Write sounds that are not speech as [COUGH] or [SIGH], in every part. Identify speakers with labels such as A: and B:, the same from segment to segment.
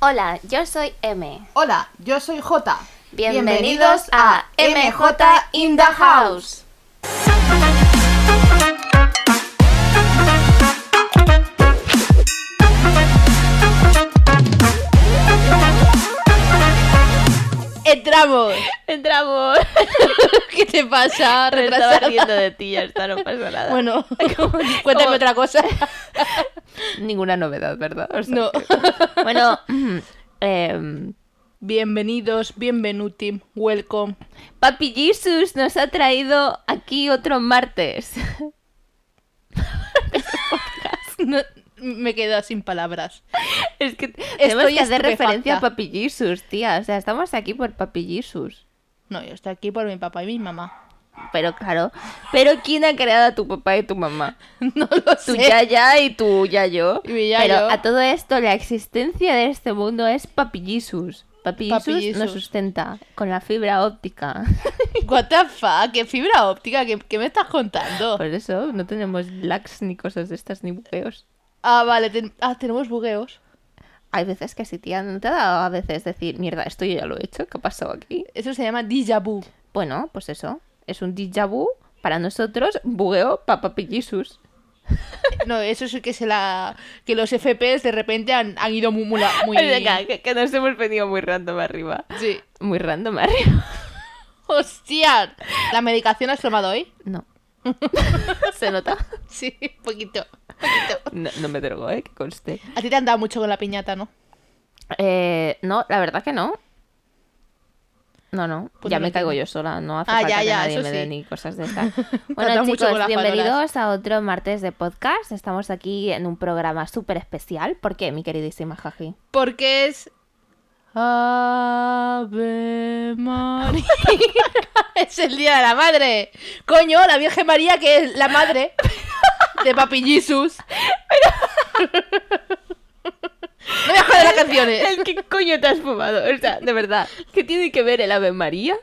A: Hola, yo soy M.
B: Hola, yo soy J.
A: Bienvenidos a MJ in the House.
C: ¡Entramos!
A: Entramos.
C: ¿Qué te pasa,
A: [LAUGHS] Me estaba
C: retrasada?
A: riendo de ti, ya está, no pasa nada.
C: Bueno, cuéntame
A: [LAUGHS] como-
C: otra
A: [LAUGHS]
C: cosa.
A: Ninguna novedad, ¿verdad? O sea,
C: No.
A: [LAUGHS] Bueno, [CLEARS THROAT] eh,
C: [LAUGHS] Bienvenidos, bienvenuti, welcome.
A: Papi Jesus nos ha traído aquí otro martes. [LAUGHS]
C: No, me quedo sin palabras.
A: Es que tenemos
C: Estoy
A: que hacer
C: estupefacta.
A: referencia a Papi Jesus, tía. O sea, estamos aquí por Papi Jesus.
C: No, yo estoy aquí por mi papá y mi mamá. [LAUGHS]
A: Pero claro, pero ¿quién ha creado a tu papá y tu mamá?
C: No lo
A: Tu
C: sé.
A: yaya y tu yayo.
C: Y mi yayo.
A: Pero a todo esto, la existencia de este mundo es Papi Jesus. Papi,
C: Papi
A: Jesus nos
C: Jesus.
A: sustenta con la fibra óptica. [LAUGHS]
C: What the fuck, qué fibra óptica, ¿qué, qué me estás
A: [LAUGHS]
C: contando?
A: Por eso no tenemos lags ni cosas de estas ni buqueos.
C: Ah, vale, ten- ah, tenemos bugueos.
A: Hay veces que sí, tía, no te ha dado a veces decir, mierda, esto yo ya lo he hecho, ¿qué ha pasado aquí?
C: Eso se llama déjà vu.
A: Bueno, pues eso, es un déjà vu para nosotros, bugueo para Papi Jesus.
C: No, eso es que se la que los FPS de repente han, han ido muy muy,
A: [LAUGHS]
C: muy...
A: que, que nos hemos venido muy random arriba.
C: Sí.
A: Muy random arriba.
C: Hostia, la medicación has tomado hoy?
A: No. [LAUGHS] ¿Se [LAUGHS] nota?
C: Sí, [LAUGHS] poquito, poquito.
A: No, no me drogo, ¿eh? Que conste.
C: A ti te han dado mucho con la piñata, ¿no?
A: Eh, no, la verdad que no. No, no,
C: Pues
A: ya
C: no
A: me
C: lo
A: caigo
C: entiendo.
A: yo sola, no hace
C: Ah,
A: falta
C: ya,
A: que
C: ya,
A: nadie
C: eso
A: me dé
C: sí.
A: ni cosas de [LAUGHS] estas.
C: Te
A: bueno,
C: has mucho
A: chicos,
C: con las
A: bienvenidos a otro martes de podcast. Estamos aquí en un programa súper especial. ¿Por qué, mi queridísima [LAUGHS] Jaji?
C: Porque es. Ave María. [LAUGHS] es el día de la madre. Coño, la Virgen María, que es la madre de Papi [LAUGHS] Jesus. no me jodas las canciones.
A: [LAUGHS] ¿Qué coño te has fumado? O sea, de verdad, ¿qué tiene que ver el Ave María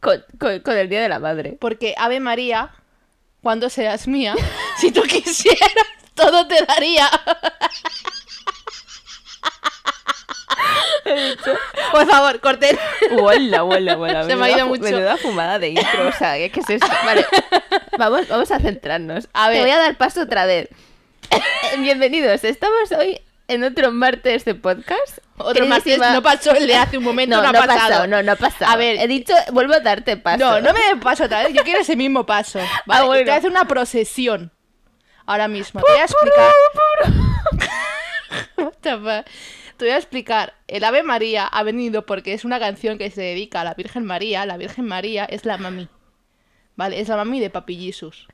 A: con, el Día de la Madre?
C: Porque Ave María, cuando seas mía, [LAUGHS] si tú quisieras, todo te daría. Por favor, corten.
A: Hola, hola, hola.
C: Se me ha
A: menuda
C: ido
A: fu-
C: mucho.
A: Menuda fumada de intro, o sea, ¿qué
C: [LAUGHS]
A: es esto? Vale, vamos, vamos a centrarnos.
C: A ver.
A: Te voy a dar paso otra vez. Eh, Bienvenidos, estamos hoy en otro martes de podcast.
C: Otro martes
A: Queridísima-
C: no pasó el de hace un momento,
A: No,
C: no,
A: no,
C: ha
A: ha
C: pasado.
A: pasado, no, no ha pasado.
C: A ver.
A: he dicho, vuelvo a darte paso.
C: No, no me dé paso otra vez, yo quiero ese mismo paso. Vale,
A: Ah, bueno.
C: Te voy a hacer una procesión. Ahora mismo. Te voy a explicar. What the fuck. te voy a explicar. El Ave María ha venido porque es una canción que se dedica a la Virgen María. La Virgen María es la mami. Vale, es la mami de Papi Jesus.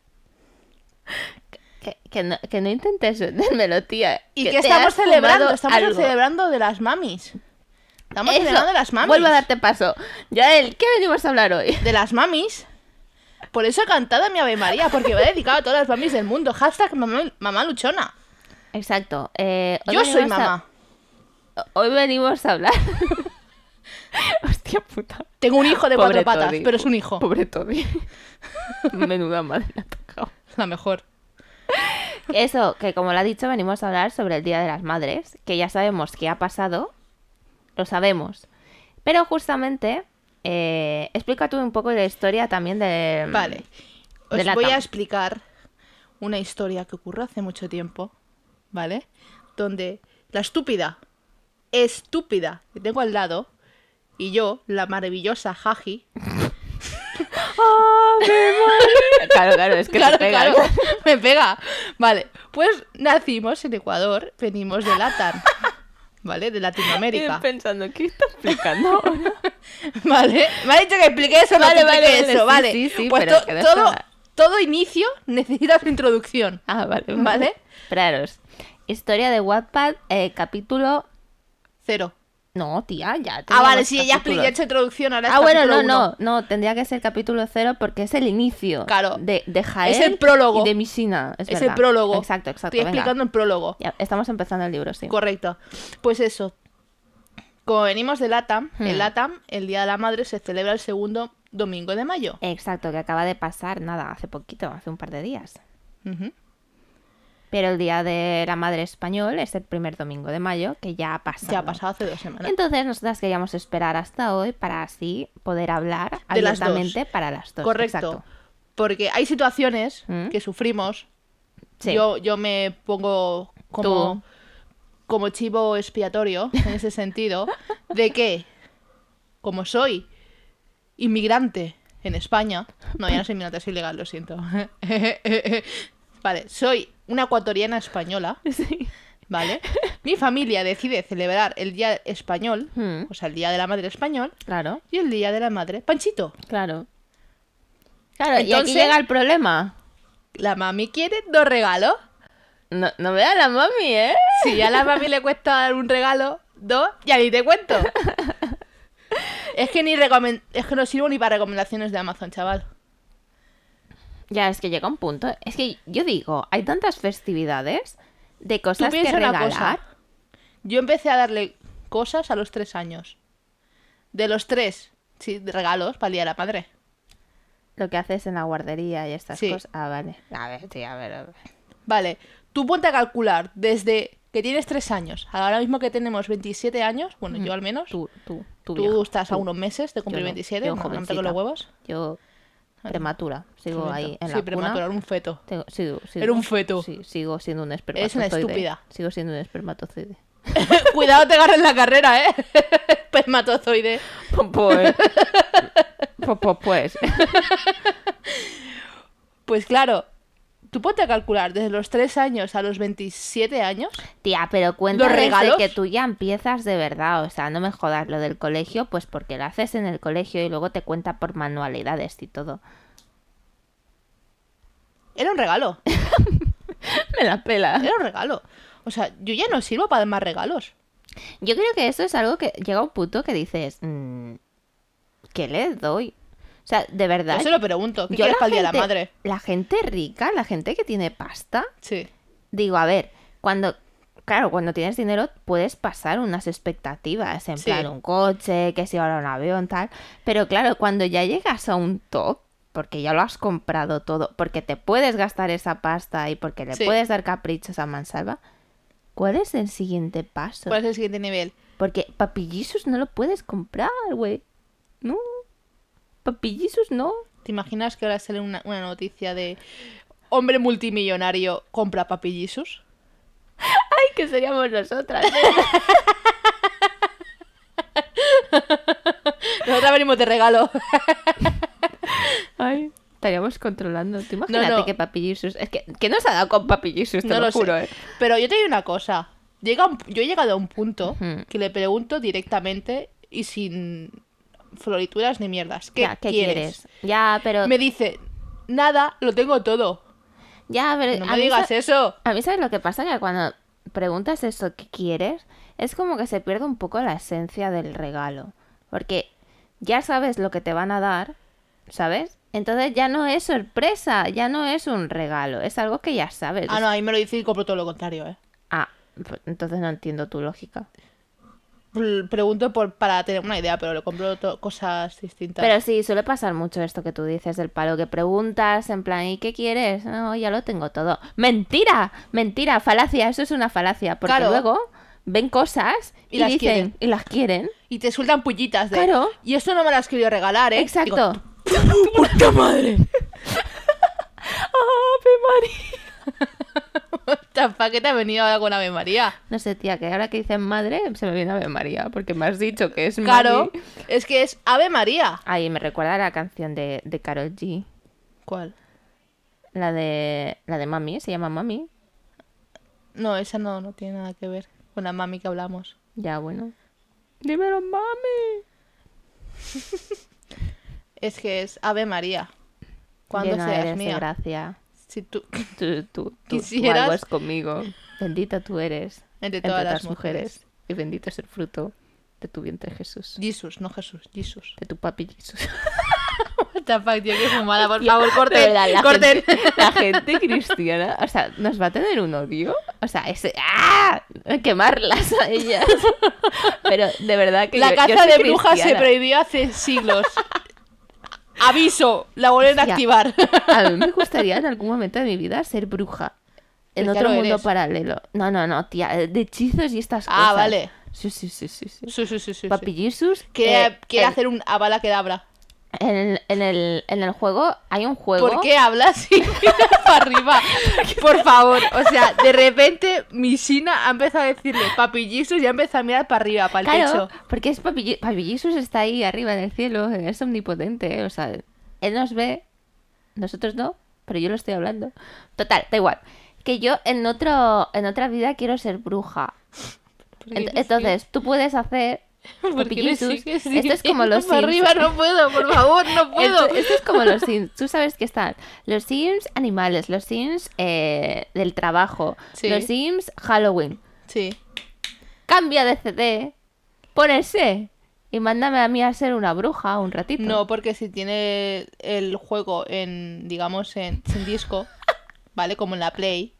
A: Que, que no, que no intentes vendérmelo, tía.
C: ¿Y
A: que
C: qué
A: te
C: estamos
A: has fumado
C: celebrando? Estamos
A: algo.
C: celebrando de las mamis. Estamos
A: Eso,
C: celebrando de las mamis.
A: Vuelvo a darte paso. Yael, ¿qué venimos a hablar hoy?
C: de las mamis. Por eso he cantado mi Ave María, porque va dedicado a todas las mamis del mundo. Hashtag mamá, mamá luchona.
A: Exacto. eh, hoy
C: Yo soy
A: venimos a-
C: mamá.
A: Hoy venimos a hablar.
C: [LAUGHS]
A: Hostia puta.
C: Tengo un hijo de cuatro
A: Pobre
C: patas,
A: Toddy.
C: pero es un hijo. [LAUGHS]
A: Pobre Toby. Menuda madre le ha tocado.
C: La mejor.
A: Eso, que como lo ha dicho, venimos a hablar sobre el Día de las Madres, que ya sabemos que ha pasado, lo sabemos. Pero justamente, eh, explica tú un poco la historia también de...
C: Vale. Os
A: Delata.
C: voy a explicar una historia que ocurrió hace mucho tiempo, ¿vale? Donde la estúpida, estúpida que tengo al lado, y yo, la maravillosa Jaji,
A: Claro, claro, [LAUGHS] es que
C: claro,
A: te pega. ¿eh?
C: claro, [LAUGHS] me pega. Vale, pues nacimos en Ecuador, venimos de
A: [LAUGHS]
C: Latam, ¿vale? De Latinoamérica.
A: pensando, ¿qué está explicando?
C: Vale, me ha dicho que explique eso, vale,
A: Vale, vale,
C: vale,
A: vale,
C: eso,
A: sí,
C: vale.
A: sí, sí,
C: pues
A: pero
C: to-
A: que déjala.
C: todo, todo inicio necesita su introducción.
A: ah, vale. [LAUGHS]
C: Vale.
A: Esperaros. Historia de Wattpad, eh, capítulo...
C: Cero.
A: No, tía, ya.
C: Ah, vale,
A: teníamos
C: sí, ya expliqué,
A: capítulo.
C: ya he hecho introducción, ahora es
A: Ah, bueno, no,
C: capítulo uno.
A: no, no, tendría que ser capítulo cero porque es el inicio
C: Claro.
A: de, de Jael
C: Es el prólogo.
A: y de Misina. Es,
C: Es el
A: verdad.
C: prólogo.
A: Exacto, exacto.
C: Estoy
A: venga.
C: explicando el prólogo.
A: Ya, estamos empezando el libro, sí.
C: Correcto. Pues eso. Como venimos de Latam,
A: Hmm.
C: en Latam, el Día de la Madre se celebra el segundo domingo de mayo.
A: Exacto, que acaba de pasar, nada, hace poquito, hace un par de días.
C: Ujú.
A: Pero el Día de la Madre Español es el primer domingo de mayo, que ya ha pasado.
C: Ya ha pasado hace dos semanas.
A: Entonces nosotras queríamos esperar hasta hoy para así poder hablar
C: De las dos.
A: abiertamente para las dos.
C: Correcto.
A: Exacto.
C: Porque hay situaciones
A: ¿Mm?
C: que sufrimos.
A: Sí.
C: Yo, yo me pongo como,
A: Tú.
C: como chivo expiatorio en ese sentido, de que, como soy inmigrante en España, no, ya no soy inmigrante, soy legal, lo siento. [LAUGHS] vale, soy una ecuatoriana española,
A: [LAUGHS] Sí.
C: ¿vale? Mi familia decide celebrar el Día Español,
A: ¿Mm?
C: o sea, el Día de la Madre Español,
A: Claro,
C: y el Día de la Madre Panchito.
A: claro. Claro, y aquí
C: Entonces-
A: llega el problema.
C: La mami quiere dos regalos.
A: No, no me da la mami, ¿eh?
C: Si ya a la mami le cuesta dar un regalo, dos, ya ni te cuento. Es que ni recomen- es que no sirvo ni para recomendaciones de Amazon, chaval.
A: Ya, es que llega un punto. Es que yo digo, hay tantas festividades de
C: Tú
A: cosas que
C: piensa una cosa.
A: regalar.
C: Yo empecé a darle cosas a los tres años. De los tres, sí, de regalos para el día de la madre.
A: Lo que haces en la guardería y estas
C: Sí.
A: cosas. Ah, vale. A ver, sí, a ver, a ver.
C: Vale, tú ponte a calcular desde que tienes tres años, ahora mismo que tenemos 27 años, bueno, yo al menos, tú,
A: Mm, Tú, tú, tú. vieja,
C: estás a
A: tú.
C: unos meses de
A: Yo
C: cumplir
A: no,
C: 27,
A: yo
C: no, no me toques
A: jovencita.
C: los huevos.
A: Yo, prematura. Sigo ahí en
C: sí,
A: la cuna.
C: prematura, un feto.
A: Tengo- sigo- sigo-
C: Era un feto.
A: sí, sigo siendo un espermatozoide.
C: Eres una estúpida.
A: Sigo siendo un espermatozoide.
C: [LAUGHS] Cuidado, te agarres la carrera, ¿eh? [LAUGHS] Espermatozoide.
A: [LAUGHS] Pues. [LAUGHS] pues, pues.
C: Pues claro, tú ponte a calcular desde los 3 años a los 27 años.
A: Tía, pero cuenta
C: ¿Los
A: desde
C: regalos?
A: que tú ya empiezas de verdad. O sea, no me jodas lo del colegio, pues porque lo haces en el colegio y luego te cuenta por manualidades
C: [LAUGHS]
A: y todo.
C: Era un regalo,
A: Me la pela.
C: era un regalo. O sea, yo ya no sirvo para dar más regalos.
A: Yo creo que eso es algo que llega a un punto que dices, mm, ¿qué les doy? O sea, de verdad.
C: Yo se lo pregunto. ¿Qué
A: yo
C: quieres para el día de la madre?
A: la gente rica, la gente que tiene pasta,
C: Sí.
A: digo, a ver, cuando, claro, cuando tienes dinero puedes pasar unas expectativas, en
C: Sí.
A: plan un coche, que si ahora un avión, tal, pero claro, cuando ya llegas a un top, porque ya lo has comprado todo, porque te puedes gastar esa pasta y porque le
C: Sí.
A: puedes dar caprichos a Mansalva, ¿cuál es el siguiente paso?
C: ¿Cuál es el siguiente nivel?
A: Porque papillisus no lo puedes comprar, güey. No. Papillisus no.
C: ¿Te imaginas que ahora sale una, una noticia de hombre multimillonario compra papillisus?
A: Ay, que seríamos nosotras. ¿eh?
C: Nosotros venimos de regalo.
A: Ay. Estaríamos controlando. Tú imagínate
C: no.
A: que papillisus. Es que, ¿qué nos ha dado con papillisus? Te
C: no
A: lo,
C: lo
A: juro,
C: sé.
A: eh.
C: Pero yo te digo una cosa. Llega un- yo he llegado a un punto
A: Ujú.
C: que le pregunto directamente y sin florituras ni mierdas. ¿Qué,
A: Ya,
C: quieres?
A: Ya, pero.
C: Me dice, nada, lo tengo todo.
A: Ya, pero.
C: No
A: Eh, a
C: me
A: mí
C: digas
A: sa-
C: eso.
A: A mí, ¿sabes lo que pasa? Que cuando preguntas eso, ¿qué quieres? Es como que se pierde un poco la esencia del regalo. Porque ya sabes lo que te van a dar, ¿sabes? Entonces ya no es sorpresa, ya no es un regalo, es algo que ya sabes.
C: Ah, no, ahí me lo dice y compro todo lo contrario, ¿eh?
A: Ah, pues entonces no entiendo tu lógica.
C: Pl- Pregunto por, para tener una idea, pero lo compro to- cosas distintas.
A: Pero sí, suele pasar mucho esto que tú dices del palo que preguntas, en plan, ¿y qué quieres? No, ya lo tengo todo. ¡Mentira! ¡Mentira! Falacia, eso es una falacia. Porque
C: Claro.
A: luego ven cosas
C: Y
A: y,
C: las
A: dicen,
C: quieren.
A: y las quieren.
C: Y te sueltan pullitas de...
A: Claro.
C: Y esto no me lo has querido regalar, ¿eh?
A: Exacto.
C: Digo, ¡Puta madre! [LAUGHS] ¿Para qué te ha venido ahora con Ave María?
A: No sé, tía, que ahora que dicen madre, se me viene Ave María, porque me has dicho que es
C: Claro,
A: Mari.
C: es que es Ave María.
A: Ay, me recuerda a la canción de, de Carol G.
C: ¿Cuál?
A: La de, la de Mami, se llama Mami.
C: No, esa no, no tiene nada que ver con la mami que hablamos.
A: Ya, bueno. Dímelo, mami.
C: Es que es Ave María. Cuando
A: Llena
C: seas
A: eres de
C: mía.
A: gracia.
C: si tú... [LAUGHS]
A: Tú, tú, tú- tú
C: Quisieras-
A: vagas conmigo. Bendita tú eres
C: Entre todas las mujeres.
A: Y bendito es el fruto de tu vientre, Jesús.
C: Jesús, no Jesús, Jesús.
A: De tu papi, Jesús.
C: [LAUGHS] What the fuck, tío, qué fumada, [LAUGHS] por favor, corten,
A: De verdad, la,
C: corten.
A: Gente, la gente cristiana, o sea, nos va a tener un odio. O sea, ese. ¡Ah! Quemarlas a ellas. Pero de verdad
C: [LAUGHS]
A: que.
C: La
A: yo- yo
C: caza
A: soy
C: de brujas se
A: cristiana.
C: prohibió hace [LAUGHS] siglos. Aviso, la vuelven a
A: Hostia.
C: activar. [LAUGHS]
A: A mí me gustaría en algún momento de mi vida ser bruja. en
C: Ya
A: otro
C: lo
A: mundo
C: eres.
A: paralelo. No, no, no, tía, eh, de hechizos y estas cosas.
C: Ah, vale.
A: Sí, sí, sí, sí.
C: Sí,
A: sí.
C: sí, sí, sí. sí.
A: Papi Jesus,
C: Quiere,
A: eh,
C: quiere
A: en-
C: hacer un abalacadabra.
A: en, el- en el, en el juego hay un juego.
C: ¿Por qué hablas así [LAUGHS] para arriba? Por favor, o sea, de repente mi Sina ha empezado a decirle papillizos y ha empezado a mirar para arriba, para el
A: Claro,
C: techo.
A: porque es Papi, Ye- Papi Jesus está ahí arriba en el cielo, es omnipotente, eh, o sea, él nos ve, nosotros no, pero yo lo estoy hablando. Total, da igual. Que yo en otro en otra vida quiero ser bruja.
C: ¿Por qué
A: Ent-
C: me
A: entonces, tú puedes
C: [LAUGHS]
A: hacer
C: sigues? ¿Por
A: Papi
C: qué me
A: Jesus,
C: sigues
A: esto es como
C: diciendo [LAUGHS]
A: los
C: para
A: Sims.
C: arriba no puedo, por favor,
A: [LAUGHS]
C: no puedo.
A: Esto, esto es
C: [LAUGHS]
A: como los Sims. Tú sabes que están los Sims animales, los Sims eh, del trabajo,
C: Sí.
A: los Sims Halloween.
C: Sí.
A: Cambia de CD, pon el C y mándame a mí a ser una bruja un ratito.
C: No, porque si tiene el juego en, digamos, en sin disco, ¿vale? Como en la Play.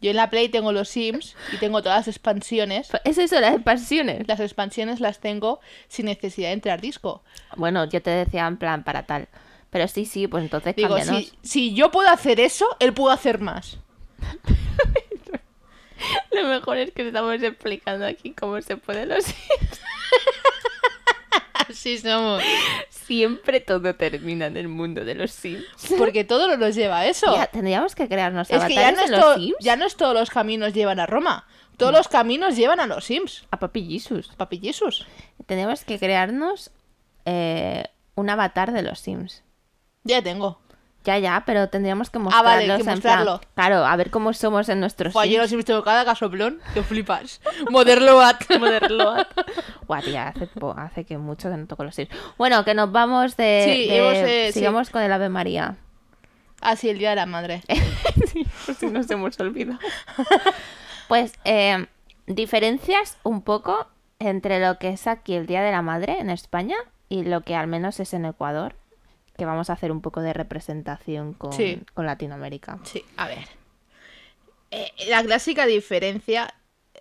C: Yo en la Play tengo los Sims y tengo todas las expansiones.
A: Es eso, las expansiones.
C: Las expansiones las tengo sin necesidad de entrar disco.
A: Bueno, yo te decía en plan para tal. Pero sí, sí, pues entonces
C: Digo,
A: cámbianos.
C: si, si yo puedo hacer eso, él puede hacer más.
A: [LAUGHS] Lo mejor es que estamos explicando aquí cómo se puede los [LAUGHS]
C: Así somos.
A: Siempre todo termina en el mundo de los Sims.
C: [LAUGHS] Porque todo no nos lleva a eso.
A: Ya, tendríamos que crearnos
C: es que ya
A: avatares
C: no, es
A: de
C: to-
A: los Sims.
C: ya no es todos los caminos llevan a Roma. Todos los caminos llevan a los Sims.
A: A Papi Jesus.
C: Papi Jesús.
A: Tendríamos que crearnos eh, un avatar de los Sims.
C: Ya tengo.
A: Ya, ya, pero tendríamos que
C: Ah,
A: mostrarlos
C: vale, que
A: en plan-
C: mostrarlo.
A: Claro, a ver cómo somos en nuestros
C: Fue ayer
A: Sims.
C: los Sims tengo cada casoplón que flipas. [LAUGHS] Moderloat.
A: [LAUGHS]
C: Moderloat.
A: Guau, tía, hace, po- hace que mucho que no toco los Sims. Bueno, que nos vamos de...
C: Sí,
A: de-
C: hemos, eh, sí.
A: sigamos con el
C: [LAUGHS]
A: Ave María.
C: Ah, sí, el día de la madre.
A: Eh. si nos hemos olvidado. [LAUGHS] Pues, eh, diferencias un poco entre lo que es aquí el Día de la Madre en España y lo que al menos es en Ecuador, que vamos a hacer un poco de representación con,
C: Sí.
A: con Latinoamérica.
C: Sí, a ver. Eh, la clásica diferencia,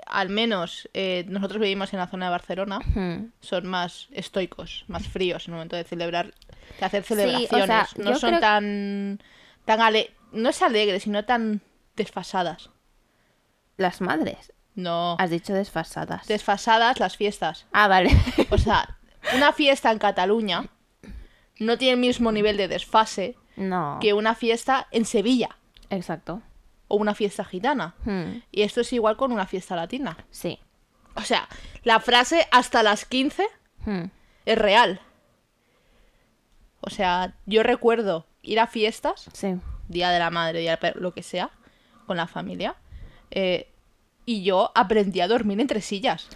C: al menos eh, nosotros vivimos en la zona de Barcelona,
A: Hmm.
C: son más estoicos, más fríos en el momento de celebrar, de hacer
A: Sí, o sea,
C: celebraciones. no
A: yo
C: son
A: creo-
C: tan, tan ale... no es alegre, sino tan desfasadas.
A: Las madres.
C: No,
A: Has dicho desfasadas.
C: desfasadas las fiestas. [LAUGHS]
A: Ah, vale.
C: O sea, una fiesta en Cataluña no tiene el mismo nivel de desfase
A: no.
C: que una fiesta en Sevilla
A: Exacto.
C: o una fiesta gitana.
A: Hmm.
C: Y esto es igual con una fiesta latina.
A: Sí.
C: O sea, la frase hasta las 15
A: Hmm.
C: es real. O sea, yo recuerdo ir a fiestas,
A: Sí.
C: Día de la Madre, Día del Padre, lo que sea, con la familia, eh, y yo aprendí a dormir entre sillas.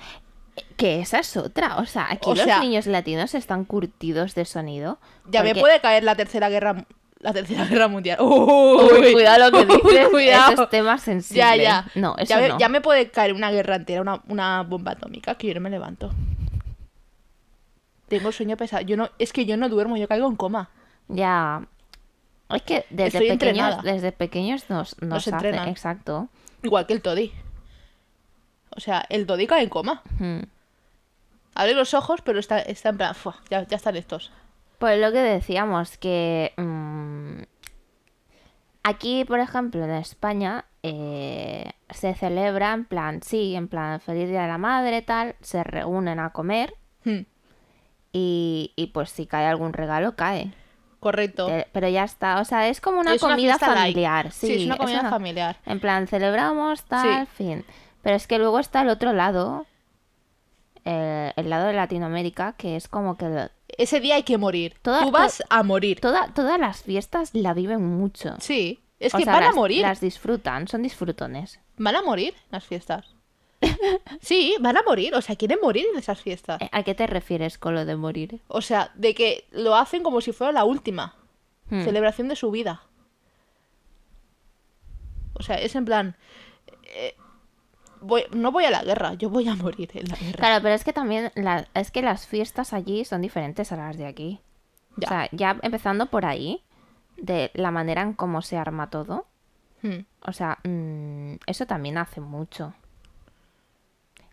A: Que esa es otra. O sea, aquí
C: O
A: los
C: sea-
A: niños latinos están curtidos de sonido.
C: Ya me
A: porque-
C: puede caer la tercera guerra la tercera guerra mundial. [LAUGHS]
A: Uy,
C: Uy,
A: cuidado lo que
C: uy,
A: dices.
C: [LAUGHS] cuidado.
A: Eso es tema sensible.
C: Ya, ya.
A: No, eso
C: ya, me,
A: no.
C: ya me puede caer una guerra entera, una, una bomba atómica, que yo no me levanto. Tengo sueño pesado. Yo no, es que yo no duermo, yo caigo en coma.
A: Ya. Es que desde
C: Estoy entrenada.
A: pequeños, desde pequeños nos, nos, hacen-
C: entrenan.
A: Exacto.
C: Igual que el Toddy. O sea, el Toddy cae en coma.
A: Hmm.
C: Abre los ojos, pero está, está en plan, "Fua, ya, ya están estos.
A: Pues lo que decíamos, que mm, aquí, por ejemplo, en España, eh, se celebra en plan, sí, en plan, feliz día de la madre, tal, se reúnen a comer
C: Hmm,
A: y, y pues si cae algún regalo, cae.
C: correcto.
A: Te- Pero ya está, o sea, es como Eh, una
C: Es
A: comida
C: fiesta light.
A: familiar. Sí,
C: es una comida
A: una-
C: familiar.
A: En plan, celebramos, tal,
C: Sí.
A: fin. Pero es que luego está el otro lado, eh, el, lado de Latinoamérica, que es como que lo-
C: Ese día hay que morir.
A: Toda-
C: Tú vas a morir.
A: toda, todas las fiestas la viven mucho.
C: Sí. Es
A: O
C: que
A: sea,
C: van
A: las-
C: a morir.
A: Las disfrutan, son disfrutones.
C: Van a morir las fiestas. [LAUGHS] Sí, van a morir. O sea, quieren morir en esas fiestas.
A: Eh, ¿A qué te refieres con lo de morir?
C: O sea, de que lo hacen como si fuera la última
A: Hmm.
C: celebración de su vida. O sea, es en plan. eh, voy- no voy a la guerra, yo voy a morir en la guerra.
A: Claro, pero es que también la- es que las fiestas allí son diferentes a las de aquí.
C: Ya.
A: O sea, ya empezando por ahí, de la manera en cómo se arma todo.
C: Hmm.
A: O sea, mm, eso también hace mucho.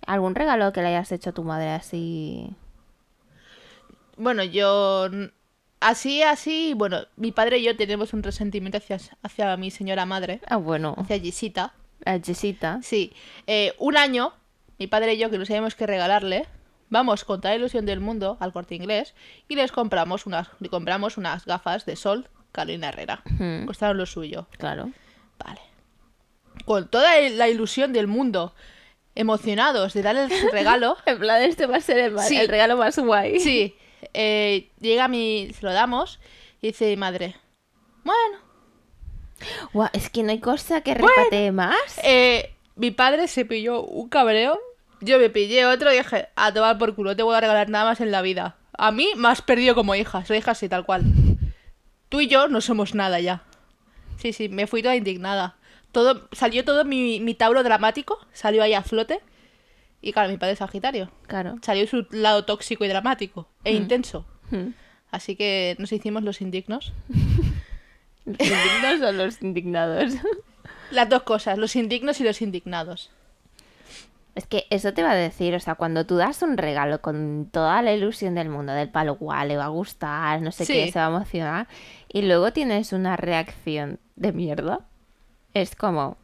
A: ¿Algún regalo que le hayas hecho a tu madre así?
C: Bueno, yo. n- Así, así. Bueno, mi padre y yo tenemos un resentimiento hacia, hacia mi señora madre,
A: Ah, bueno.
C: hacia Gisita.
A: a Jessita.
C: Sí, eh, un año, mi padre y yo, que no sabíamos qué regalarle, vamos con toda la ilusión del mundo al corte inglés y les compramos unas, le compramos unas gafas de sol Carolina Herrera.
A: Ujú.
C: Costaron lo suyo.
A: Claro.
C: Vale. Con toda la ilusión del mundo, emocionados de darle el
A: [LAUGHS]
C: regalo,
A: En plan, este va a ser el, ma-
C: Sí.
A: el regalo más guay.
C: sí, eh, llega mi. Se lo damos y dice mi madre: Bueno,
A: Guau, es que no hay cosa que
C: Bueno.
A: repatee más.
C: Eh, mi padre se pilló un cabreo. Yo me pillé otro y dije, a tomar por culo, no te voy a regalar nada más en la vida. A mí me has perdido como hija, soy hija así, tal cual. Tú y yo no somos nada ya. Sí, sí, me fui toda indignada. Todo, salió todo mi, mi tauro dramático, salió ahí a flote. Y claro, mi padre es sagitario.
A: Claro.
C: Salió su lado tóxico y dramático, e intenso.
A: Hmm.
C: Así que nos hicimos los indignos.
A: ¿Los indignos o los indignados? [LAUGHS]
C: Las dos cosas, los indignos y los indignados.
A: Es que eso te va a decir, o sea, cuando tú das un regalo con toda la ilusión del mundo, del palo, guau, le va a gustar, no sé
C: Sí.
A: qué, se va a emocionar, y luego tienes una reacción de mierda, es como...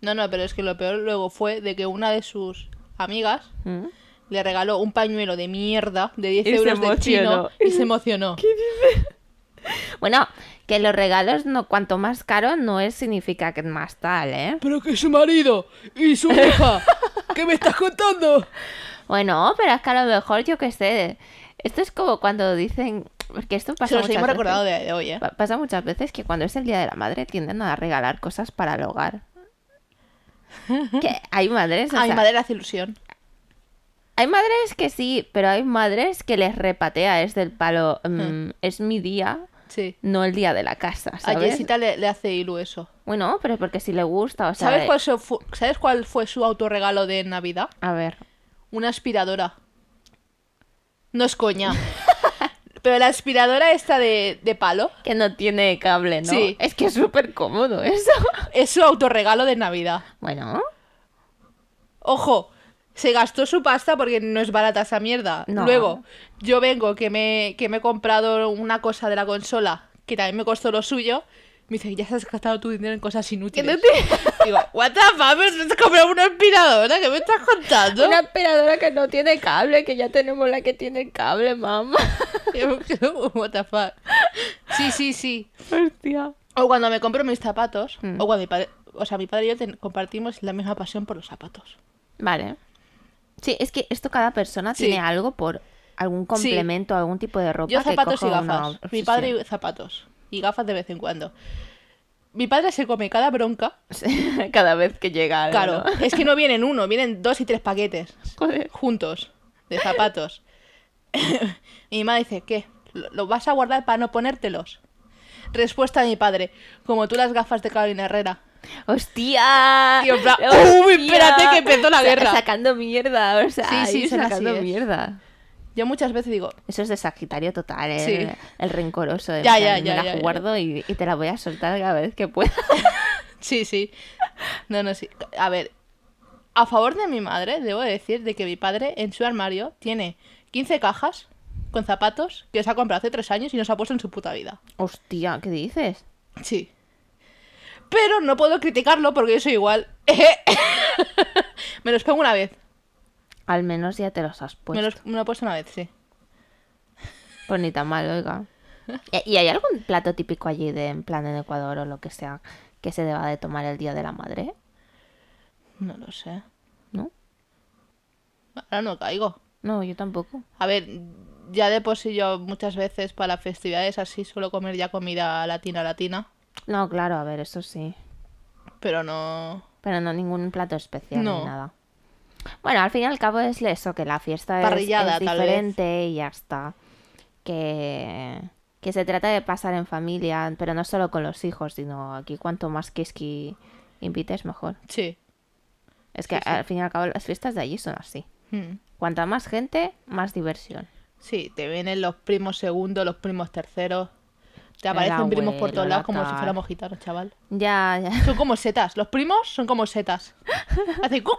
C: No, no, pero es que lo peor luego fue de que una de sus amigas
A: ¿hmm?
C: le regaló un pañuelo de mierda de 10
A: Y se
C: euros de chino
A: emocionó.
C: y se emocionó.
A: Bueno, que los regalos, no, cuanto más caro, no es, significa que más tal, ¿eh?
C: Pero que su marido y [LAUGHS] su hija, ¿qué me estás contando?
A: Bueno, pero es que a lo mejor, yo qué sé, esto es como cuando dicen... Porque esto pasa
C: Se lo
A: muchas
C: seguimos
A: veces.
C: recordando de, de hoy, ¿eh?
A: Pa- Pasa muchas veces que cuando es el Día de la Madre tienden a regalar cosas para el
C: [LAUGHS]
A: hogar. Que hay madres, o
C: A Ah, mi
A: sea,
C: madre le hace ilusión.
A: hay madres que sí, pero hay madres que les repatea, es del palo, mm, es mi día,
C: Sí.
A: no el día de la casa,
C: Hmm. A
A: ¿sabes?
C: Jessita le, le hace ilu eso.
A: Bueno, pero porque si le gusta, o sea...
C: ¿Sabes
A: de-
C: cuál, so- fu- ¿Sabes cuál fue su autorregalo de Navidad?
A: A ver,
C: Una aspiradora. No es [LAUGHS] coña. Pero la aspiradora esta de, de palo
A: que no tiene cable, ¿no?
C: Sí.
A: Es que es súper cómodo [LAUGHS] eso.
C: es su autorregalo de Navidad.
A: Bueno,
C: Ojo, se gastó su pasta porque no es barata esa mierda.
A: No.
C: Luego, yo vengo que me, que me he comprado una cosa de la consola que también me costó lo suyo. Me dice, ya has gastado tu dinero en cosas inútiles. [LAUGHS]
A: Que
C: Digo, what the fuck, pero si te has comprado una aspiradora, ¿qué me estás contando?
A: una aspiradora que no tiene cable, que ya tenemos la que tiene cable,
C: [LAUGHS]
A: mamá.
C: Y [LAUGHS] yo [LAUGHS] me quedo, what the fuck. Sí, sí, sí.
A: Hostia.
C: O cuando me compro mis zapatos,
A: Mm.
C: o cuando mi padre, o sea, mi padre y yo ten- compartimos la misma pasión por los zapatos.
A: Vale. Sí, es que esto cada persona
C: Sí.
A: tiene algo por algún complemento, algún tipo de ropa.
C: Yo
A: que
C: zapatos y
A: coja una
C: gafas. Mi
A: obsesión.
C: padre y zapatos. Y gafas de vez en cuando. Mi padre se come cada bronca.
A: Sí, [LAUGHS] cada vez que llega algo,
C: Claro,
A: ¿no? [LAUGHS]
C: es que no vienen uno, vienen dos y tres paquetes
A: Joder.
C: juntos de zapatos. [LAUGHS] y mi madre dice, ¿qué? ¿Lo lo vas a guardar para no ponértelos? Respuesta de mi padre, como tú las gafas de Carolina Herrera.
A: ¡Hostia!
C: Y en plan,
A: ¡Hostia!
C: "Uy, espérate que empezó la
A: Sa-
C: guerra".
A: sacando mierda, o sea,
C: Sí, sí,
A: ahí
C: son así,
A: sacando
C: ¿eh?
A: mierda.
C: Yo muchas veces digo,
A: Eso es de Sagitario total, ¿eh?
C: Sí.
A: el, el rencoroso. de,
C: Ya,
A: o sea,
C: ya,
A: me
C: ya,
A: la
C: ya, ya.
A: guardo Y, y te la voy a soltar cada vez que pueda. [LAUGHS]
C: Sí, sí. No, no, sí. A ver, a favor de mi madre, debo decir de que mi padre en su armario tiene 15 cajas con zapatos que se ha comprado hace 3 años y no se ha puesto en su puta vida.
A: Hostia, ¿qué dices?
C: Sí. Pero no puedo criticarlo porque yo soy igual. [LAUGHS] me los pongo una vez.
A: Al menos ya te los has puesto.
C: Me los me lo he puesto una vez, sí.
A: Pues ni tan mal,
C: [LAUGHS]
A: oiga. ¿Y y hay algún plato típico allí de en plan en Ecuador o lo que sea que se deba de tomar el día de la madre?
C: No lo sé.
A: ¿No?
C: Ahora no caigo.
A: No, yo tampoco.
C: A ver, ya de por sí yo muchas veces para festividades así suelo comer ya comida latina latina,
A: No, claro, a ver, eso sí.
C: pero no
A: Pero no ningún plato especial
C: No.
A: ni nada. Bueno, al fin y al cabo es eso, que la fiesta es-
C: Parrillada,
A: es,
C: tal vez.
A: diferente y ya está. Que, que se trata de pasar en familia, pero no solo con los hijos, sino aquí cuanto más kiski invites, mejor.
C: Sí.
A: Es que al fin y al cabo las fiestas de allí son así.
C: Hmm.
A: Cuanta más gente, más diversión.
C: Sí, te vienen los primos segundos, los primos terceros. Te
A: El
C: aparecen primos por
A: abuelo,
C: todos
A: la
C: lados como si
A: tal.
C: fuéramos gitanos, chaval.
A: Ya, ya.
C: Son como setas. Los primos son como setas. Hacen cu-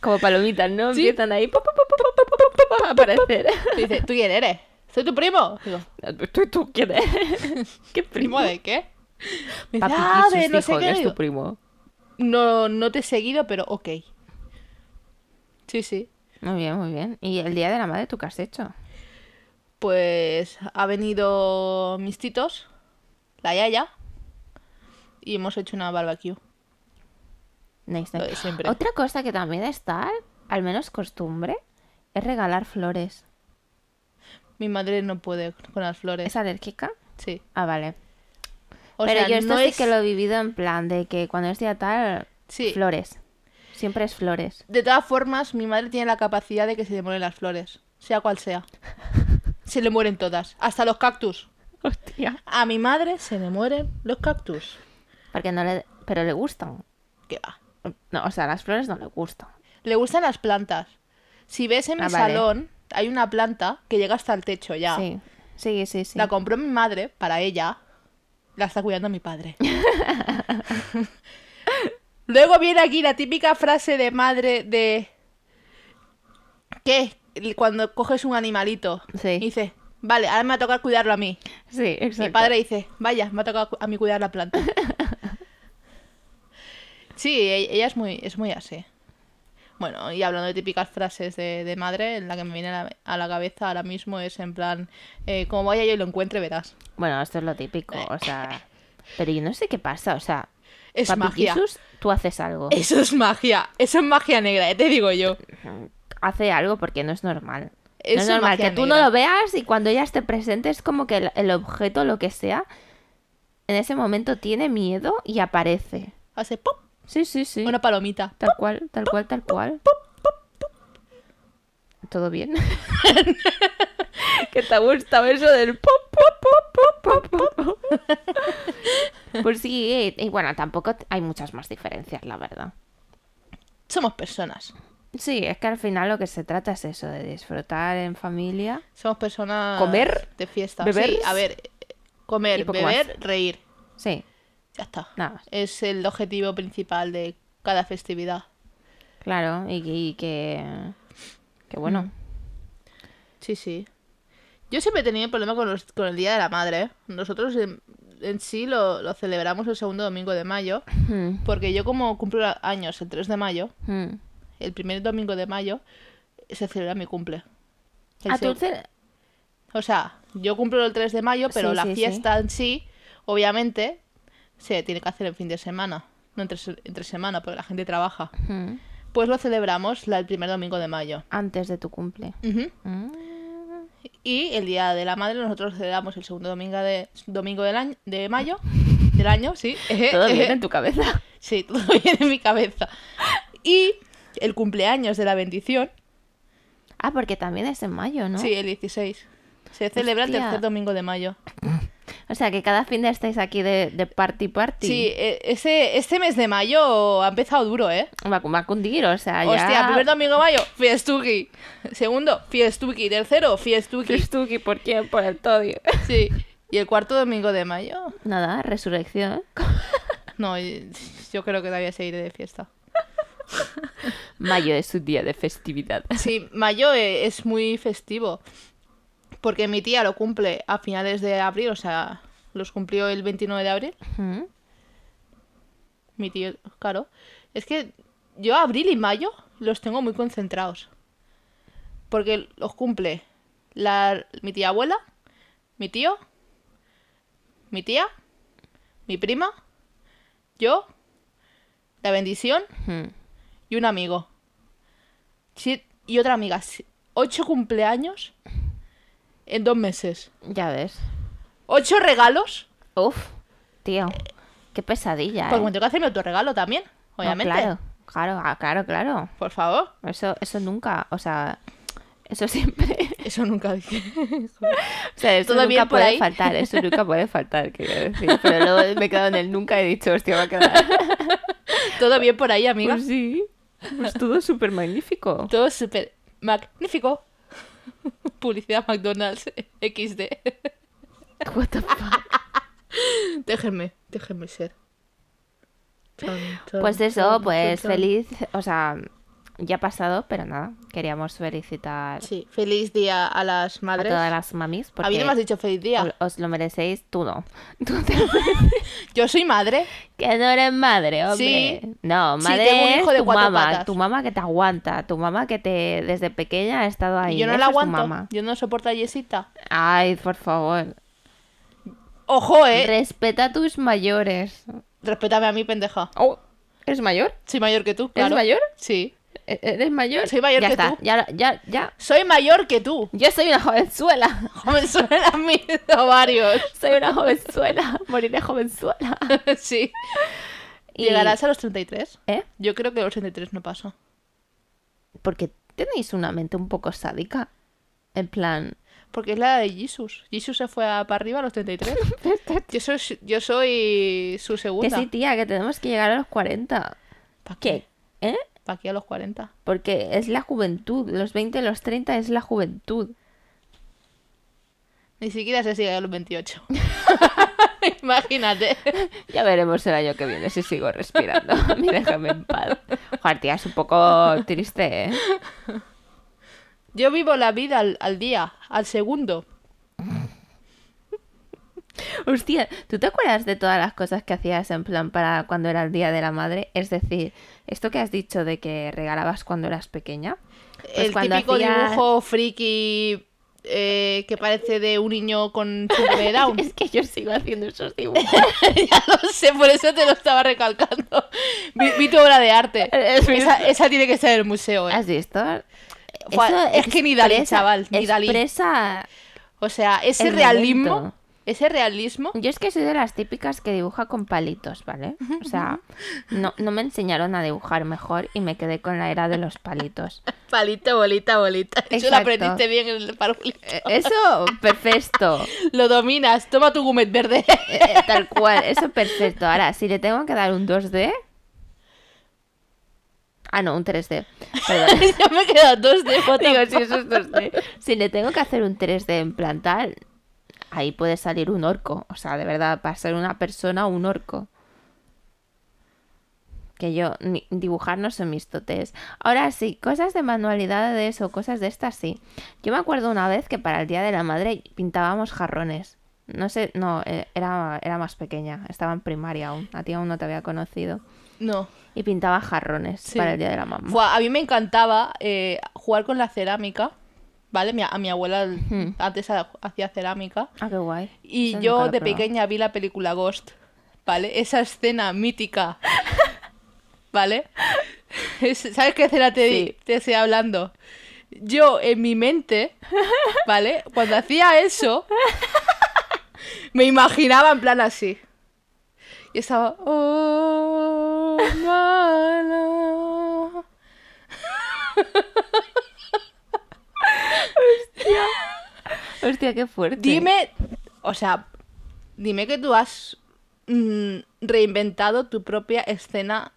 A: Como palomitas, ¿no?
C: Sí.
A: Empiezan ahí pa, pa, pa, pa, pa, pa, pa, pa, pa, a aparecer.
C: Te dice, ¿tú quién eres? ¿Soy tu primo? Digo,
A: ¿Tú, tú quién eres? ¿Qué
C: ¿primo de qué? Me dice,
A: Papi
C: "Ah,
A: Jesús,
C: de no sé
A: hijo,
C: qué".
A: que es
C: Digo,
A: tu primo.
C: No, no te he seguido, pero ok. Sí, sí.
A: Muy bien, muy bien. ¿Y el día de la madre tú qué has hecho?
C: Pues ha venido mis titos, la Yaya, y hemos hecho una barbecue.
A: Nice,
C: Lo
A: nice.
C: de siempre.
A: Otra cosa que también está, al menos costumbre, es regalar flores.
C: Mi madre no puede con las flores.
A: ¿Es alérgica?
C: Sí.
A: Ah, vale.
C: O
A: Pero
C: sea,
A: yo esto
C: no
A: sí
C: es...
A: que lo he vivido en plan de que cuando es día tal,
C: Sí.
A: flores. Siempre es flores.
C: De todas formas, mi madre tiene la capacidad de que se le mueren las flores, sea cual
A: [LAUGHS]
C: sea. Se le mueren todas, hasta los cactus.
A: Hostia.
C: A mi madre se le mueren los cactus.
A: Porque no le... Pero le gustan.
C: ¿Qué va?
A: No, o sea, las flores no le gustan.
C: Le gustan las plantas. Si ves en mi
A: Ah, vale.
C: salón, hay una planta que llega hasta el techo ya.
A: Sí, sí, sí, sí.
C: La compró mi madre para ella. La está cuidando mi
A: [LAUGHS]
C: padre. Luego viene aquí la típica frase de madre de... ¿Qué? Cuando coges un animalito.
A: Sí.
C: Y dice, vale, ahora me va a tocar cuidarlo a mí.
A: Sí,
C: Mi
A: exacto.
C: padre dice, vaya, me ha tocado cu- a mí cuidar la
A: [LAUGHS]
C: planta. sí, e- ella es muy, es muy así. Bueno, y hablando de típicas frases de, de madre, la que me viene a la, a la cabeza ahora mismo es en plan, eh, como vaya yo y lo encuentre, verás.
A: Bueno, esto es lo típico, o sea... Pero yo no sé qué pasa, o sea...
C: Es
A: Papi
C: magia.
A: Jesús, tú haces algo.
C: Eso es magia, eso es magia negra, ya te digo yo.
A: Hace algo porque no es normal.
C: Eso
A: no es
C: es
A: normal
C: magia
A: que tú no
C: negra.
A: lo veas y cuando ella esté presente es como que el, el objeto, lo que sea, en ese momento tiene miedo y aparece.
C: Hace pop,
A: Sí, sí, sí.
C: una palomita.
A: Tal cual, tal cual, tal cual. ¿Todo bien? que te ha gustado eso del pop, pop, pop, pop, pop, pop. Pues sí, eh, y bueno, tampoco t- hay muchas más diferencias, la verdad.
C: Somos personas.
A: Sí, es que al final lo que se trata es eso, de disfrutar en familia.
C: Somos personas
A: Comer,
C: de fiesta.
A: beber,
C: Sí, a ver, eh,
A: y
C: comer,
A: poco más.
C: beber, reír.
A: Sí,
C: Ya está.
A: nada más.
C: Es el objetivo principal de cada festividad.
A: Claro, y, y que... Que bueno.
C: Sí, sí. Yo siempre he tenido problema con, los- con el Día de la Madre. ¿eh? Nosotros en, en sí lo, lo celebramos el segundo domingo de mayo,
A: Mm,
C: porque yo como cumplo a- años el 3 de mayo,
A: mm.
C: el primer domingo de mayo se celebra mi cumple. El
A: Ah, tú
C: seg-
A: ce-
C: O sea, yo cumplo el 3 de mayo, pero
A: Sí,
C: la
A: sí, sí.
C: fiesta en sí, obviamente, se tiene que hacer en fin de semana, no entre, se- entre semana, porque la gente trabaja.
A: Mm.
C: Pues lo celebramos la- el primer domingo de mayo.
A: Antes de tu cumple.
C: Ujú.
A: Mm.
C: Y el Día de la Madre nosotros celebramos el segundo domingo, de, domingo del año, de
A: [LAUGHS]
C: mayo, del año, sí. Eje, [LAUGHS]
A: Todo bien
C: eje.
A: en tu cabeza.
C: Sí, todo bien en mi cabeza. Y el cumpleaños de la bendición,
A: Ah, porque también es en mayo, ¿no?
C: sí, el 16. Se celebra el
A: Hostia.
C: tercer domingo de mayo.
A: O sea, que cada fin de estáis aquí de, de party party.
C: Sí, e- ese, este mes de mayo ha empezado duro, ¿eh?
A: Va, va a cundir, o sea,
C: Hostia,
A: Ah, ya...
C: primer domingo de mayo, fiestuki. Segundo, fiestuki. Tercero, fiestuki.
A: Fiestuki, ¿por quién? Por
C: [LAUGHS]
A: el todio.
C: Sí. Y el cuarto domingo de mayo,
A: Nada, resurrección.
C: [LAUGHS] no, yo creo que todavía se iré de fiesta.
A: Mayo es su día de festividad.
C: Sí, mayo eh, es muy festivo. Porque mi tía lo cumple a finales de abril, o sea, los cumplió el 29 de abril.
A: Mm.
C: Mi tío, claro. Es que yo abril y mayo los tengo muy concentrados. Porque los cumple la, mi tía abuela, mi tío, mi tía, mi prima, yo, la bendición
A: Mm.
C: y un amigo. Sí, y otra amiga. Sí, Ocho cumpleaños en dos meses.
A: Ya ves.
C: Ocho regalos.
A: Uf, tío. Qué pesadilla,
C: Porque
A: ¿eh?
C: me tengo que hacer mi otro regalo también,
A: No,
C: Pues obviamente.
A: claro, claro, ah, claro, claro.
C: Por favor.
A: Eso, eso nunca, o sea... Eso siempre... [LAUGHS]
C: Eso nunca dije. [LAUGHS]
A: O sea, eso
C: ¿Todo
A: nunca
C: bien por
A: puede
C: ahí?
A: faltar, eso nunca puede faltar, quiero
C: [LAUGHS]
A: decir. Pero luego me he quedado en el nunca he dicho, hostia, va a quedar.
C: Todo bien por ahí, amiga.
A: Pues sí, pues todo
C: [LAUGHS]
A: súper magnífico.
C: Todo súper magnífico. [LAUGHS] Publicidad McDonald's [LAUGHS] XD.
A: What the fuck?
C: Déjenme, déjenme ser. Chan, chan,
A: Pues
C: chan,
A: eso,
C: chan,
A: pues
C: chan.
A: feliz, o sea, ya ha pasado, pero nada, queríamos felicitar
C: Sí, feliz día a las
A: a
C: madres.
A: todas las mamis.
C: A mí
A: Porque
C: no me has dicho feliz día.
A: o- os lo merecéis, tú no. [LAUGHS] Tú te lo mereces.
C: Yo soy madre.
A: que no eres madre, hombre.
C: Sí.
A: No,
C: Sí,
A: madre
C: tengo un hijo
A: es
C: de
A: tu
C: cuatro
A: mamá,
C: patas.
A: tu mamá que te aguanta, tu mamá que te desde pequeña ha estado ahí.
C: y yo no
A: Eso
C: la
A: es tu
C: aguanto.
A: mamá.
C: Yo no soporto a Yesita.
A: Ay, por favor.
C: Ojo, eh.
A: Respeta a tus mayores.
C: Respétame a mí, pendeja.
A: Oh, ¿eres mayor?
C: Soy mayor que tú.
A: ¿Eres
C: claro.
A: mayor?
C: Sí.
A: ¿E- ¿Eres mayor?
C: Soy mayor
A: ya
C: que
A: está,
C: tú.
A: Ya, ya, ya.
C: Soy mayor que tú. [LAUGHS]
A: Yo soy una jovenzuela. [LAUGHS]
C: Me suenan mis ovarios.
A: Soy una jovenzuela. [LAUGHS] Moriré jovenzuela.
C: [LAUGHS] Sí.
A: Y-
C: ¿Llegarás a los 33?
A: ¿Eh?
C: Yo creo que a los 33 no paso.
A: Porque tenéis una mente un poco sádica. En [LAUGHS] plan.
C: Porque es la de Jesus. Jesus se fue a- para arriba a los
A: [LAUGHS]
C: 33. Yo soy, su- yo soy su
A: Que
C: segunda.
A: sí, tía, que tenemos que llegar a los 40.
C: ¿Para
A: ¿Qué? ¿Eh?
C: ¿Para qué a los 40?
A: Porque es la juventud. Los 20, los 30 es la juventud.
C: Ni siquiera sé si llegué a los 28.
A: [LAUGHS]
C: [LAUGHS] Imagínate.
A: [LAUGHS] Ya veremos el año que viene si sigo respirando. [LAUGHS] A mí déjame en paz. Joder, tía, es un poco triste, ¿eh?
C: Yo vivo la vida al, al día, al segundo.
A: Hostia, ¿tú te acuerdas de todas las cosas que hacías en plan para cuando era el Día de la Madre? Es decir, esto que has dicho de que regalabas cuando eras pequeña. Pues
C: el
A: cuando
C: típico
A: hacías-
C: dibujo friki eh, que parece de un niño con síndrome de Down.
A: Es que yo sigo haciendo esos dibujos.
C: [LAUGHS] ya lo sé, por eso te lo estaba recalcando. Vi, vi tu obra de [LAUGHS] arte.
A: Es mi-
C: Esa, esa tiene que estar en el museo. ¿eh?
A: ¿Has visto?
C: Fua,
A: Eso
C: es que ni Dalí,
A: expresa-
C: chaval, ni Dalí.
A: expresa-
C: O sea, ese
A: El
C: realismo,
A: momento.
C: ese realismo,
A: Yo es que soy de las típicas que dibuja con palitos, ¿vale? O sea, no, no me enseñaron a dibujar mejor y me quedé con la era de los palitos.
C: [LAUGHS] palito, bolita, bolita. Eso lo
A: Exacto.
C: aprendiste bien en el parulito.
A: Eh, Eso, perfecto.
C: Lo dominas, toma tu gumet verde. [LAUGHS]
A: Eh, eh, tal cual, eso perfecto. Ahora, si le tengo que dar un 2D. Ah, no, un 3D. Perdón.
C: Yo me he quedado dos de foto.
A: Digo, si eso es 2D. Si le tengo que hacer un 3D en plan tal, ahí puede salir un orco. O sea, de verdad, para ser una persona, un orco. Que yo, ni- dibujar no son mis totes. Ahora sí, cosas de manualidades o cosas de estas sí. Yo me acuerdo una vez que para el Día de la Madre pintábamos jarrones. No sé, no, eh, era, era más pequeña, estaba en primaria aún, a ti aún no te había conocido.
C: No.
A: Y pintaba jarrones
C: Sí.
A: para el Día de la Mamá.
C: Fua, a mí me encantaba eh, jugar con la cerámica, ¿vale? Mi- a mi abuela antes ha- hacía cerámica.
A: Ah, qué guay.
C: Y
A: Eso nunca
C: yo
A: lo
C: de
A: he probado.
C: pequeña vi la película Ghost, ¿vale? Esa escena
A: [LAUGHS]
C: mítica, ¿vale? Es- ¿Sabes qué escena te,
A: Sí.
C: te estoy hablando? Yo en mi
A: [LAUGHS]
C: mente, ¿vale? Cuando hacía eso, me imaginaba en plan así. Y estaba... "Oh, my love".
A: Hostia, qué fuerte.
C: Dime, o sea, dime que tú has mm, reinventado tu propia escena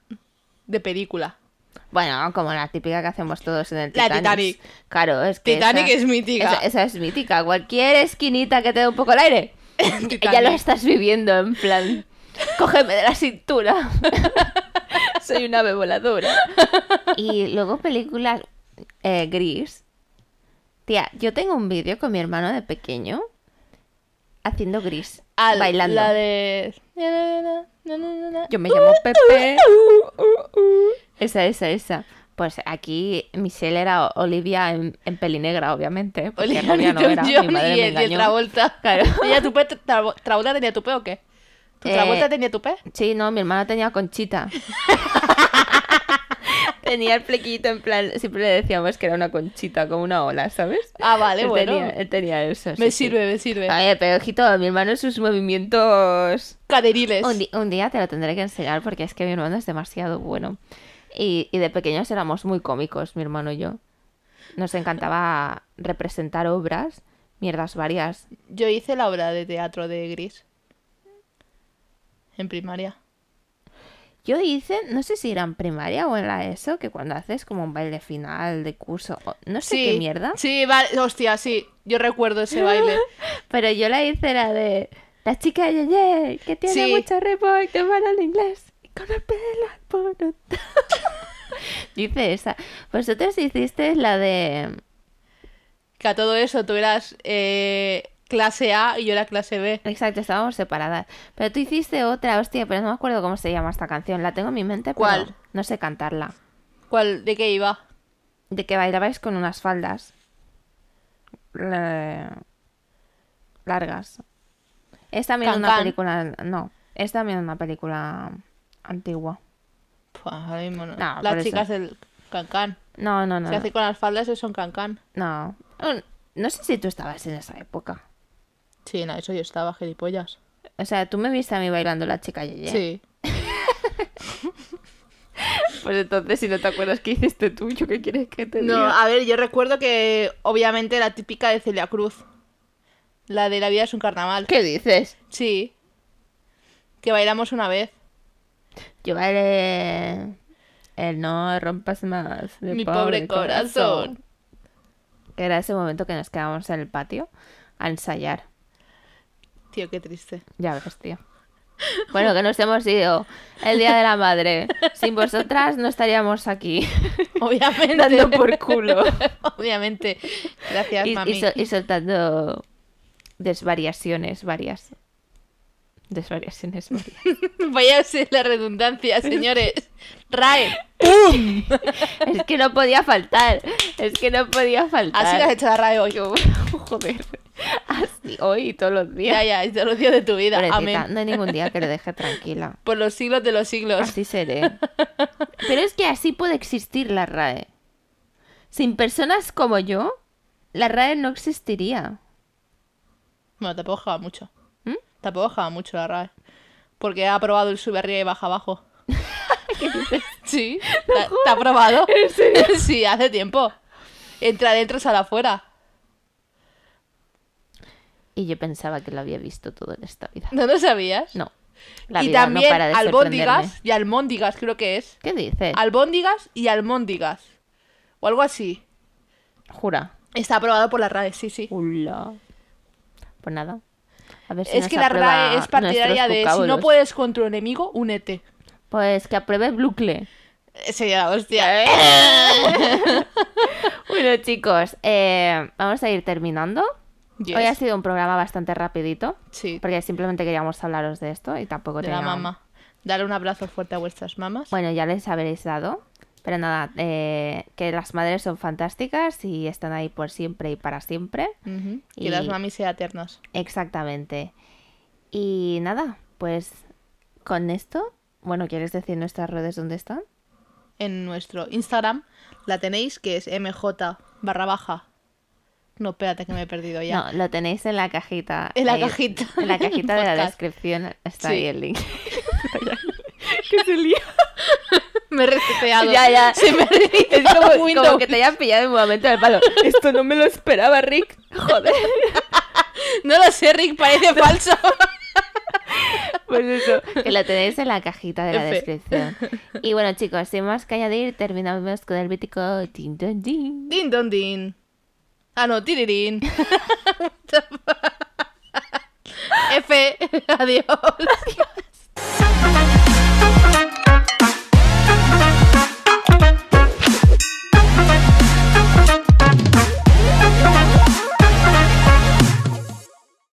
C: de película.
A: Bueno, como la típica que hacemos todos en el
C: La
A: Titanic.
C: Titanic.
A: Claro, es que.
C: Titanic
A: esa-
C: es mítica.
A: Esa, esa es mítica. Cualquier esquinita que te dé un poco el aire. [LAUGHS] Ya lo
C: Titanic.
A: estás viviendo, en plan. Cógeme de
C: [LAUGHS]
A: la cintura. Soy una ave voladora. Y luego películas eh, gris. Tía, yo tengo un vídeo con mi hermano de pequeño haciendo gris.
C: Al-
A: bailando.
C: Ah, La de...
A: Yo
C: [LAUGHS]
A: me llamo Pepe. Esa, esa, esa. Pues aquí Michelle era Olivia en, en pelinegra, obviamente. Porque
C: [LAUGHS] Olivia
A: rubia no era. Mi
C: Newton-John y
A: madre me
C: el, y el
A: engañó.
C: Travolta.
A: Claro.
C: [LAUGHS] Ella, tu pe- Tra- Travolta tenía tu pe o qué? ¿Tu
A: Eh,
C: Travolta tenía tu pe?
A: Sí, no, mi hermana
C: [LAUGHS]
A: tenía conchita. tenía el plequito en plan. Siempre le decíamos que era una conchita, como una ola, ¿sabes?
C: Ah, vale,
A: Él
C: bueno.
A: Tenía, él tenía eso.
C: Me
A: sí, sí.
C: sirve, me sirve.
A: A ver, pero ojito, mi hermano sus movimientos.
C: Caderiles.
A: Un, di- un día te lo tendré que enseñar porque es que mi hermano es demasiado bueno. Y, y de pequeños éramos muy cómicos, mi hermano y yo. Nos encantaba representar obras, mierdas varias.
C: Yo hice la obra de teatro de Gris. En primaria.
A: Yo hice, no sé si era en primaria o en la ESO, que cuando haces como un baile final de curso, o no sé qué mierda,
C: Sí, vale, hostia, sí. Yo recuerdo ese
A: [LAUGHS]
C: baile.
A: pero yo la hice era de la chica de ayer, que tiene
C: Sí.
A: [LAUGHS] mucho ritmo y que habla en inglés y con el pelo al poro". Dice esa. Vosotros hicisteis la de.
C: Que a todo eso tú eras eh, clase A y yo era clase B.
A: Exacto, estábamos separadas. Pero tú hiciste otra, hostia, pero no me acuerdo cómo se llama esta canción. La tengo en mi mente, pero
C: ¿Cuál?
A: no sé cantarla.
C: ¿Cuál? ¿De qué iba?
A: De que bailabais con unas faldas. eh, Largas. Es también una
C: Cancán.
A: película. No, es también una película antigua.
C: Pues ahora mismo no.
A: No, por
C: Las
A: eso.
C: chicas del cancán.
A: No, no, no.
C: Se
A: no.
C: hace con las faldas, eso son cancán.
A: No. Un- No sé si tú estabas en esa época.
C: Sí, en eso yo estaba, gilipollas.
A: O sea, tú me viste a mí bailando la chica Yeye.
C: Sí.
A: Pues entonces, si no te acuerdas qué hiciste tú, ¿yo qué quieres que te
C: No, a ver, yo recuerdo que obviamente era típica de Celia Cruz. La de la vida es un carnaval.
A: ¿Qué dices?
C: Sí. Que bailamos una vez.
A: Yo bailé... El no rompas más.
C: Mi pobre corazón.
A: Que era ese momento que nos quedábamos en el patio a ensayar.
C: Tío, qué
A: [LAUGHS]
C: triste.
A: Ya ves, tío. Bueno, que nos hemos ido el Día de la Madre. Sin vosotras no
C: [LAUGHS]
A: estaríamos aquí
C: Obviamente.
A: dando por culo.
C: [LAUGHS] Obviamente. Gracias,
A: y, y
C: mami.
A: sol- y soltando desvariaciones varias. Desvariaciones varias.
C: [LAUGHS] Vaya a ser la redundancia, señores. Rae,
A: es que no podía faltar. Es que no podía faltar.
C: así lo has hecho la RAE hoy.
A: Yo- joder. Así hoy y todos los
C: Ya,
A: días.
C: ya, es de los días de tu vida.
A: Pobrecita,
C: Amén.
A: no Ah, hay ningún día que le deje tranquila.
C: Por los siglos de los siglos.
A: Así seré. Pero es que así puede existir la RAE. Sin personas como yo, la RAE no existiría.
C: Bueno, tampoco bajaba mucho.
A: ¿Mm?
C: Tampoco bajaba mucho la RAE. Porque ha aprobado el sube arriba y baja
A: [LAUGHS]
C: abajo. [LAUGHS] Sí, te ha- te ha
A: [LAUGHS]
C: aprobado. [LAUGHS] Sí, hace tiempo. Entra adentro, sale afuera.
A: Y yo pensaba que lo había visto todo en esta vida.
C: ¿No lo sabías?
A: No. La
C: y
A: vida no
C: también
A: para de sorprenderme.
C: albóndigas y almóndigas, creo que es.
A: ¿Qué dices?
C: Albóndigas y almóndigas. O algo así.
A: Jura.
C: Está aprobado por la RAE, sí, sí.
A: Hola. Pues nada. A ver si
C: es
A: nos
C: que la
A: aprueba
C: RAE es partidaria
A: nuestros
C: de si no
A: vocablos.
C: puedes contra un enemigo, únete.
A: Pues que apruebe Blucle.
C: Eh, Sería la hostia. Eh.
A: Bueno, chicos, eh, vamos a ir terminando.
C: Yes.
A: Hoy ha sido un programa bastante rapidito.
C: Sí,
A: Porque simplemente queríamos hablaros de esto y tampoco
C: de la
A: tenía-
C: mamá. Dale un abrazo fuerte a vuestras mamás.
A: Bueno, ya les habréis dado. Pero nada, eh, que las madres son fantásticas y están ahí por siempre y para siempre.
C: Ujú. Que
A: y-
C: las mamis sean eternas.
A: Exactamente. Y nada, pues con esto, bueno, ¿quieres decir nuestras redes dónde están?
C: En nuestro Instagram la tenéis, que es mj barra baja. No, espérate que me he perdido ya.
A: No, lo tenéis en la cajita.
C: En la cajita.
A: En la cajita
C: [LAUGHS]
A: de la
C: Podcast.
A: descripción está
C: Sí.
A: ahí el link. que se lía.
C: [LAUGHS] Me he
A: [LAUGHS]
C: reseteado.
A: Ya, ya.
C: Se me
A: Es como,
C: Windows.
A: como que te hayan pillado en un momento del palo. Esto no me lo esperaba, Rick.
C: [LAUGHS]
A: Joder.
C: No lo sé, Rick, parece falso. [LAUGHS]
A: Pues eso. Que lo tenéis en la cajita de la
C: F.
A: descripción. Y bueno, chicos, sin más que añadir, terminamos con el mítico tin, tin, tin.
C: Din don din. Ah, no, [LAUGHS] tirirín. F, [LAUGHS] adiós.